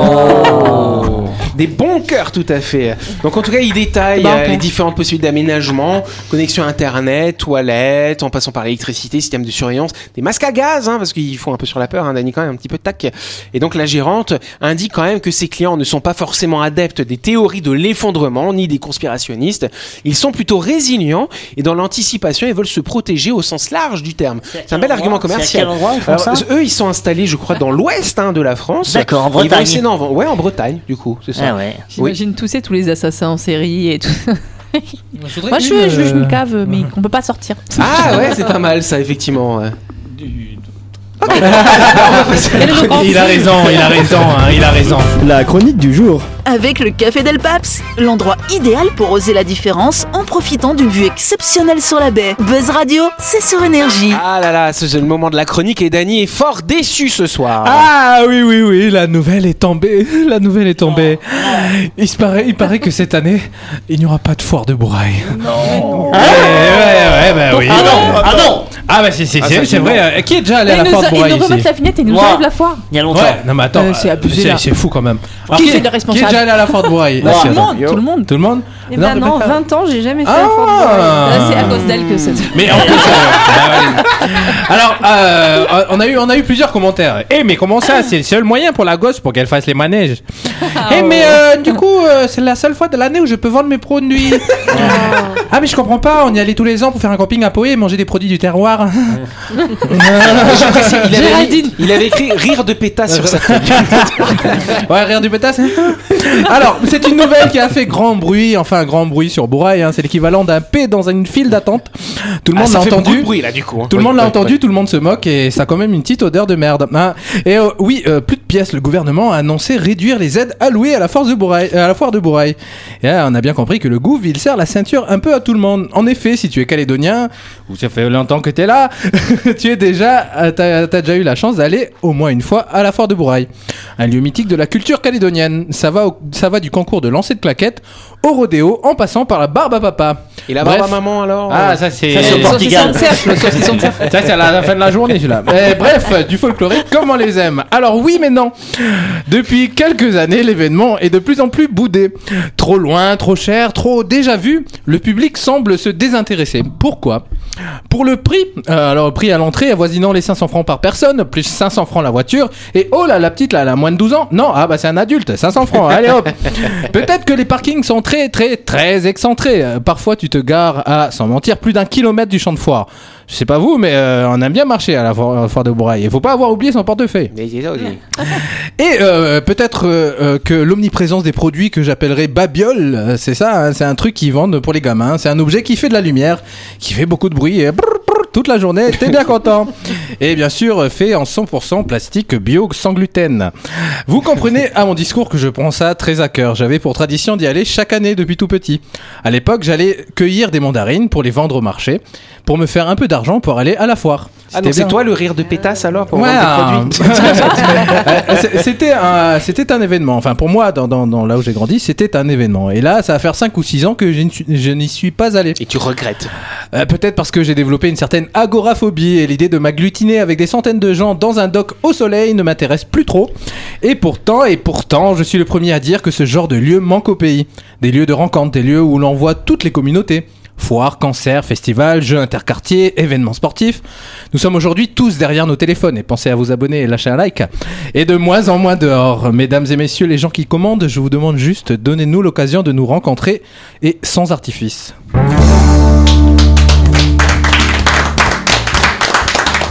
[SPEAKER 6] Oh.
[SPEAKER 2] Des bons cœurs, tout à fait. Donc, en tout cas, ils détaillent
[SPEAKER 5] Bon
[SPEAKER 2] euh, les
[SPEAKER 5] cœur.
[SPEAKER 2] différentes possibilités d'aménagement, connexion Internet, toilettes, en passant par l'électricité, système de surveillance, des masques à gaz, hein, parce qu'ils font un peu sur la peur, hein, Dani, quand même, un petit peu tac. Et donc, la gérante indique quand même que ses clients ne sont pas forcément adeptes des théories de l'effondrement, ni des conspirationnistes. Ils sont plutôt résilients et dans l'anticipation, ils veulent se protéger au sens large du terme. C'est un bel argument
[SPEAKER 6] C'est à
[SPEAKER 2] commercial.
[SPEAKER 6] quel endroit ils font
[SPEAKER 2] Alors,
[SPEAKER 6] ça
[SPEAKER 2] eux, ils sont installés, je crois, dans l'ouest hein, de la France.
[SPEAKER 6] D'accord, en
[SPEAKER 2] Ils vont
[SPEAKER 6] Bretagne.
[SPEAKER 2] essayer d'en- Ouais, en Bretagne, du coup, c'est ça.
[SPEAKER 6] Ah ouais.
[SPEAKER 5] J'imagine tous et tous les assassins en série et tout. Moi, je
[SPEAKER 2] Euh.
[SPEAKER 8] veux
[SPEAKER 5] veux je veux une cave, mais qu'on peut pas sortir.
[SPEAKER 2] Ah ouais, c'est pas mal ça, effectivement. ouais. Ah,
[SPEAKER 8] Il a raison, il a raison, hein, il a raison.
[SPEAKER 7] La chronique du jour.
[SPEAKER 1] Avec le Café Del Paps, l'endroit idéal pour oser la différence en profitant d'une vue exceptionnelle sur la baie. Buzz Radio, c'est sur énergie.
[SPEAKER 2] Ah là là, c'est le moment de la chronique et Dany est fort déçu ce soir.
[SPEAKER 8] Ah oui, oui, oui, la nouvelle est tombée, la nouvelle est tombée.
[SPEAKER 6] Ah,
[SPEAKER 8] Il, se paraît, il paraît que cette année, il n'y aura pas de foire de Bourail. Non. Ouais, ouais, ouais, bah oui.
[SPEAKER 6] Ah non, ah non
[SPEAKER 8] Ah bah si, si,
[SPEAKER 2] Ah,
[SPEAKER 8] c'est-
[SPEAKER 2] ça,
[SPEAKER 8] c'est vrai. euh, Qui est déjà allé
[SPEAKER 5] Là,
[SPEAKER 8] à la
[SPEAKER 5] ils nous,
[SPEAKER 8] foire de
[SPEAKER 5] ils
[SPEAKER 8] Bourail
[SPEAKER 5] nous remettent
[SPEAKER 8] ici
[SPEAKER 5] la fenêtre et ils nous
[SPEAKER 6] Moi.
[SPEAKER 5] enlèvent la foire.
[SPEAKER 6] Il y a longtemps.
[SPEAKER 8] Ouais, non mais attends,
[SPEAKER 5] Euh, c'est
[SPEAKER 8] euh,
[SPEAKER 5] abusé,
[SPEAKER 8] c'est-
[SPEAKER 5] là.
[SPEAKER 8] c'est fou quand même. Alors,
[SPEAKER 5] Qui
[SPEAKER 8] qui,
[SPEAKER 5] c'est
[SPEAKER 8] est,
[SPEAKER 5] le
[SPEAKER 8] qui est
[SPEAKER 5] responsable Bah,
[SPEAKER 8] déjà allé à la foire de Bourail
[SPEAKER 2] Moi.
[SPEAKER 8] Ici,
[SPEAKER 5] Tout le
[SPEAKER 8] attends.
[SPEAKER 5] monde, tout le monde.
[SPEAKER 8] Tout le monde
[SPEAKER 4] Et
[SPEAKER 8] Non,
[SPEAKER 4] ben non, 20 ans, j'ai jamais fait la forme.
[SPEAKER 8] Ah
[SPEAKER 4] Bah,
[SPEAKER 5] Là, c'est à cause d'elle que c'est.
[SPEAKER 8] Mais en plus, euh, bah ouais. alors euh, on a eu on a eu plusieurs commentaires. Eh mais comment ça C'est le seul moyen pour la gosse pour qu'elle fasse les manèges.
[SPEAKER 5] Ah,
[SPEAKER 8] Eh
[SPEAKER 5] oh.
[SPEAKER 8] mais euh, du coup euh, c'est la seule fois de l'année où je peux vendre mes produits.
[SPEAKER 5] Oh.
[SPEAKER 8] ah mais je comprends pas. On y allait tous les ans pour faire un camping à Poé et manger des produits du terroir.
[SPEAKER 2] J'apprécie, il, avait,
[SPEAKER 5] Géraldine.
[SPEAKER 2] il avait écrit rire de pétasse sur sa tête.
[SPEAKER 8] Ouais, rire du pétasse. Alors, c'est une nouvelle qui a fait grand bruit, enfin grand bruit sur Bourail, hein, c'est l'équivalent d'un P dans une file d'attente. Tout le
[SPEAKER 2] Ah,
[SPEAKER 8] monde
[SPEAKER 2] ça
[SPEAKER 8] l'a
[SPEAKER 2] fait beaucoup de
[SPEAKER 8] entendu.
[SPEAKER 2] bruit là du coup. hein.
[SPEAKER 8] Tout le
[SPEAKER 2] Oui,
[SPEAKER 8] monde l'a
[SPEAKER 2] oui,
[SPEAKER 8] entendu,
[SPEAKER 2] oui.
[SPEAKER 8] tout le monde se moque et ça a quand même une petite odeur de merde. hein. Et euh, oui, euh, plus de pièces. Le gouvernement a annoncé réduire les aides allouées à la, force de Bourail, euh, à la foire de Bourail. Et là, on a bien compris que le gouv, il serre la ceinture un peu à tout le monde. En effet, si tu es calédonien, ou ça fait longtemps que t'es là, tu es déjà, euh, t'as t'as déjà eu la chance d'aller au moins une fois à la foire de Bourail. Un lieu mythique de la culture calédonienne. Ça va, au- ça va du concours de lancer de claquettes au rodéo en passant par la barbe à papa.
[SPEAKER 2] Et la
[SPEAKER 8] Bref. Ah,
[SPEAKER 2] barbe à maman alors euh,
[SPEAKER 8] ça c'est
[SPEAKER 6] c'est au Portugal.
[SPEAKER 8] ça, c'est à la fin de la journée, celui-là. Mais bref, du folklorique, comme on les aime. Alors oui, mais non. Depuis quelques années, l'événement est de plus en plus boudé. Trop loin, trop cher, trop déjà vu, le public semble se désintéresser. Pourquoi Pour le prix, euh, alors prix à l'entrée avoisinant les 500 francs par personne, plus 500 francs la voiture, et oh là, la petite là, elle a moins de 12 ans Non, ah bah c'est un adulte, 500 francs, allez hop Peut-être que les parkings sont très très très excentrés. Euh, Parfois tu te gares à, sans mentir, plus d'un kilomètre du champ de foire. Je sais pas vous, mais euh, on aime bien marcher à la foire, à la foire de Bourail. Il faut pas avoir oublié son portefeuille.
[SPEAKER 2] Mais c'est ça aussi. Ah,
[SPEAKER 8] Et euh, peut-être euh, euh, que l'omniprésence des produits que j'appellerais babioles, euh, c'est ça, hein, c'est un truc qu'ils vendent pour les gamins. C'est un objet qui fait de la lumière, qui fait beaucoup de bruit et brrr, brrr, toute la journée, t'es bien content. Et bien sûr, euh, fait en 100% plastique bio sans gluten. Vous comprenez à mon discours que je prends ça très à cœur. J'avais pour tradition d'y aller chaque année depuis tout petit. À l'époque, j'allais cueillir des mandarines pour les vendre au marché, pour me faire un peu d'argent pour aller à la foire.
[SPEAKER 2] Ah
[SPEAKER 8] C'était
[SPEAKER 2] non, c'est
[SPEAKER 8] bien.
[SPEAKER 2] toi le rire de pétasse alors pour
[SPEAKER 8] Ouais, ah.
[SPEAKER 2] vendre des produits
[SPEAKER 8] Euh, c'est- c'était un, c'était un événement. Enfin, pour moi, dans, dans- dans là où j'ai grandi, c'était un événement. Et là, ça va faire 5 ou 6 ans que je n'y suis- je n'y suis pas allé.
[SPEAKER 2] Et tu regrettes.
[SPEAKER 8] Euh, Peut-être parce que j'ai développé une certaine agoraphobie et l'idée de m'agglutiner avec des centaines de gens dans un dock au soleil ne m'intéresse plus trop. Et pourtant, et pourtant, je suis le premier à dire que ce genre de lieu manque au pays. Des lieux de rencontre, des lieux où l'on voit toutes les communautés. foires, concerts, festivals, jeux interquartiers, événements sportifs. Nous sommes aujourd'hui tous derrière nos téléphones et pensez à vous abonner et lâcher un like. Et de moins en moins dehors, mesdames et messieurs, les gens qui commandent, je vous demande juste, donnez-nous l'occasion de nous rencontrer et sans artifice.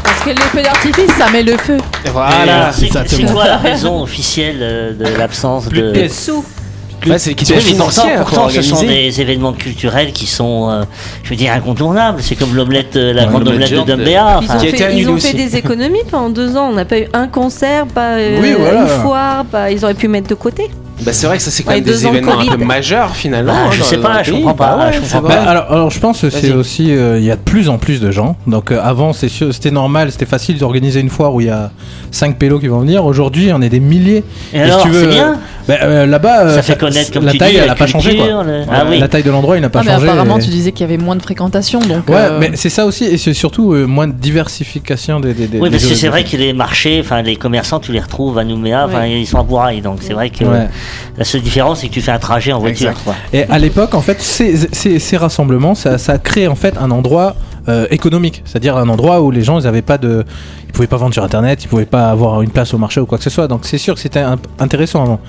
[SPEAKER 5] Parce que les feux d'artifice, ça met le feu.
[SPEAKER 2] Voilà.
[SPEAKER 6] C'est c'est
[SPEAKER 8] exactement.
[SPEAKER 6] quoi Ah la raison officielle euh, de l'absence
[SPEAKER 2] Plus de
[SPEAKER 6] de.
[SPEAKER 2] pièces.
[SPEAKER 4] Sous.
[SPEAKER 2] Ouais, c'est une question
[SPEAKER 6] Oui, mais pourtant,
[SPEAKER 2] financière pour
[SPEAKER 6] pourtant, ce sont
[SPEAKER 2] organiser.
[SPEAKER 6] des événements culturels qui sont, euh, je veux dire, incontournables. C'est comme l'omelette, euh, la grande omelette
[SPEAKER 3] l'omelette
[SPEAKER 6] de
[SPEAKER 3] géante,
[SPEAKER 6] Dumbéa.
[SPEAKER 4] Ils
[SPEAKER 6] enfin.
[SPEAKER 4] ont,
[SPEAKER 2] Qui a été
[SPEAKER 4] fait, ils
[SPEAKER 2] annulé
[SPEAKER 4] ont
[SPEAKER 2] aussi.
[SPEAKER 4] fait des économies pendant deux ans. On n'a pas eu un concert, pas euh,
[SPEAKER 8] Oui, voilà.
[SPEAKER 4] une foire, pas- ils auraient pu mettre de côté.
[SPEAKER 2] Bah, c'est vrai que ça c'est quand
[SPEAKER 4] Ouais,
[SPEAKER 2] même
[SPEAKER 4] deux
[SPEAKER 2] des
[SPEAKER 4] ans de
[SPEAKER 2] événements un
[SPEAKER 4] Covid.
[SPEAKER 2] peu majeurs finalement.
[SPEAKER 6] Ah,
[SPEAKER 2] hein,
[SPEAKER 6] je
[SPEAKER 2] dans-
[SPEAKER 6] sais
[SPEAKER 2] dans
[SPEAKER 6] pas,
[SPEAKER 2] le
[SPEAKER 6] je
[SPEAKER 2] pays.
[SPEAKER 6] comprends pas,
[SPEAKER 2] Bah ouais,
[SPEAKER 6] je
[SPEAKER 2] c'est
[SPEAKER 6] comprends
[SPEAKER 2] vrai.
[SPEAKER 8] Bah, alors, alors, je pense que c'est
[SPEAKER 2] Vas-y.
[SPEAKER 8] aussi euh, il y a de plus en plus de gens. Donc euh, avant c'est sûr- c'était normal, c'était facile d'organiser une foire où il y a 5 pélos qui vont venir. Aujourd'hui, on est des milliers.
[SPEAKER 6] Et
[SPEAKER 8] Et si
[SPEAKER 6] alors,
[SPEAKER 8] tu veux,
[SPEAKER 6] c'est
[SPEAKER 8] euh,
[SPEAKER 6] bien
[SPEAKER 8] bah, euh, là-bas euh,
[SPEAKER 6] Ça fait connaître, comme
[SPEAKER 8] la
[SPEAKER 6] tu
[SPEAKER 8] taille
[SPEAKER 6] dis,
[SPEAKER 8] elle
[SPEAKER 6] la
[SPEAKER 8] a pas changé
[SPEAKER 6] culture,
[SPEAKER 8] quoi.
[SPEAKER 6] le- Ah oui.
[SPEAKER 8] La taille de l'endroit, il n'a pas
[SPEAKER 5] Ah, mais
[SPEAKER 8] changé.
[SPEAKER 5] apparemment,
[SPEAKER 8] et-
[SPEAKER 5] tu disais qu'il y avait moins de fréquentation, donc.
[SPEAKER 8] Ouais,
[SPEAKER 5] euh,
[SPEAKER 8] mais c'est ça aussi et c'est surtout euh, moins de diversification des des des-
[SPEAKER 6] Oui,
[SPEAKER 8] des
[SPEAKER 6] parce que
[SPEAKER 8] jeux-
[SPEAKER 6] c'est vrai que les marchés, enfin les commerçants, tu les retrouves à Nouméa, enfin ils sont à Bourail, donc c'est vrai que euh,
[SPEAKER 8] Ouais.
[SPEAKER 6] la seule différence c'est que tu fais un trajet en voiture. Quoi.
[SPEAKER 8] Et à l'époque, en fait, ces, ces- ces rassemblements, ça, ça crée en fait un endroit euh, économique, c'est-à-dire un endroit où les gens, ils avaient pas de, ils pouvaient pas vendre sur Internet, ils pouvaient pas avoir une place au marché ou quoi que ce soit. Donc c'est sûr que c'était un- intéressant avant.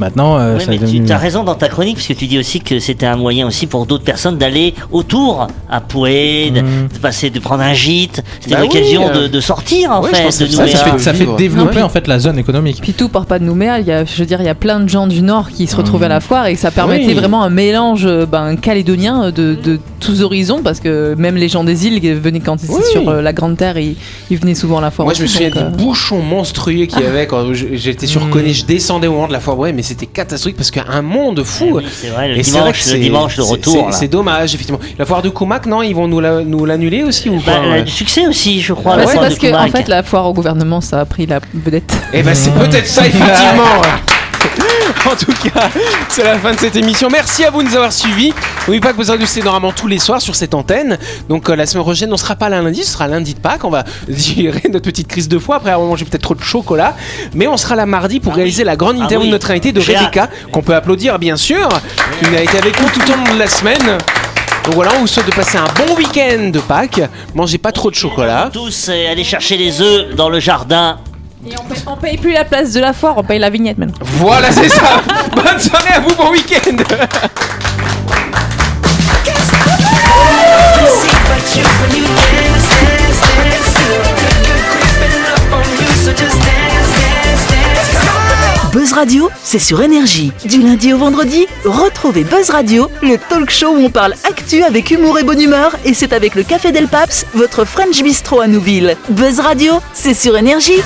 [SPEAKER 8] Maintenant, euh,
[SPEAKER 6] Oui,
[SPEAKER 8] ça
[SPEAKER 6] mais
[SPEAKER 8] est devenu-
[SPEAKER 6] tu as raison dans ta chronique, parce que tu dis aussi que c'était un moyen aussi pour d'autres personnes d'aller autour à Poué, de,
[SPEAKER 8] Mm.
[SPEAKER 6] de passer, de prendre un gîte. C'était
[SPEAKER 2] Hmm. Bah
[SPEAKER 6] une occasion
[SPEAKER 2] oui, euh.
[SPEAKER 6] de, de sortir en
[SPEAKER 2] Ouais, je
[SPEAKER 6] fait
[SPEAKER 2] pense que
[SPEAKER 6] de
[SPEAKER 2] ça,
[SPEAKER 8] ça,
[SPEAKER 6] Nouméa.
[SPEAKER 8] ça fait, ça fait
[SPEAKER 2] Vivre.
[SPEAKER 8] développer
[SPEAKER 5] Non,
[SPEAKER 8] en fait la zone économique.
[SPEAKER 5] Puis tout part pas de Nouméa, il y a, je veux dire, il y a plein de gens du Nord qui se retrouvent à la foire et que ça permettait
[SPEAKER 2] Oui.
[SPEAKER 5] vraiment un mélange euh, ben, calédonien de, de tous horizons parce que même les gens des îles qui venaient quand ils étaient
[SPEAKER 2] Oui.
[SPEAKER 5] sur euh, la Grande Terre, ils, ils venaient souvent à la foire.
[SPEAKER 2] Moi, je me
[SPEAKER 5] aussi,
[SPEAKER 2] souviens
[SPEAKER 5] donc, euh,
[SPEAKER 2] des bouchons monstrueux qu'il y avait quand je- j'étais sur
[SPEAKER 6] Hmm.
[SPEAKER 8] Mm.
[SPEAKER 2] Connais, je descendais au moment de la foire. Ouais, mais c'était catastrophique parce qu'il y a un monde
[SPEAKER 6] Ah
[SPEAKER 2] fou.
[SPEAKER 6] oui, c'est vrai, le
[SPEAKER 2] Et c'est vrai que
[SPEAKER 6] dimanche, le
[SPEAKER 2] c'est-
[SPEAKER 6] dimanche, le
[SPEAKER 2] c'est-
[SPEAKER 6] retour.
[SPEAKER 2] c'est-
[SPEAKER 6] là.
[SPEAKER 2] C'est dommage, effectivement. La foire de Koumak, non, ils vont nous la- nous l'annuler aussi ou
[SPEAKER 6] Bah,
[SPEAKER 2] pas euh,
[SPEAKER 6] le succès aussi, je crois.
[SPEAKER 5] bah,
[SPEAKER 6] la
[SPEAKER 5] c'est
[SPEAKER 6] foire
[SPEAKER 5] parce
[SPEAKER 6] de
[SPEAKER 5] que en
[SPEAKER 6] Koumark.
[SPEAKER 5] fait la foire au gouvernement ça a pris la vedette.
[SPEAKER 2] Eh ben, c'est peut-être ça, effectivement. En tout cas, c'est la fin de cette émission. Merci à vous de nous avoir suivis. N'oubliez pas que vous êtes normalement tous les soirs sur cette antenne. Donc euh, la semaine prochaine, on ne sera pas là lundi, ce sera lundi de Pâques. On va digérer notre petite crise de foie. Après avoir mangé peut-être trop de chocolat. Mais on sera là mardi pour
[SPEAKER 6] Ah
[SPEAKER 2] réaliser
[SPEAKER 6] oui.
[SPEAKER 2] la grande
[SPEAKER 6] Ah
[SPEAKER 2] interview
[SPEAKER 6] oui.
[SPEAKER 2] de notre invité de
[SPEAKER 6] J'ai
[SPEAKER 2] Rebecca, qu'on peut applaudir bien sûr, qui a été avec nous tout au long de la semaine. Donc voilà, on vous souhaite de passer un bon week-end de Pâques. Mangez pas trop de chocolat.
[SPEAKER 6] Tous euh, aller chercher les œufs dans le jardin.
[SPEAKER 5] Et on paye, on paye plus la place de la foire, on paye la vignette maintenant.
[SPEAKER 2] Voilà, c'est ça. Bonne soirée à vous, bon week-end.
[SPEAKER 1] Buzz Radio, c'est sur énergie. Du lundi au vendredi, retrouvez Buzz Radio, le talk show où on parle actu avec humour et bonne humeur. Et c'est avec le Café Del Paps, votre French Bistro à Nouville. Buzz Radio, c'est sur énergie.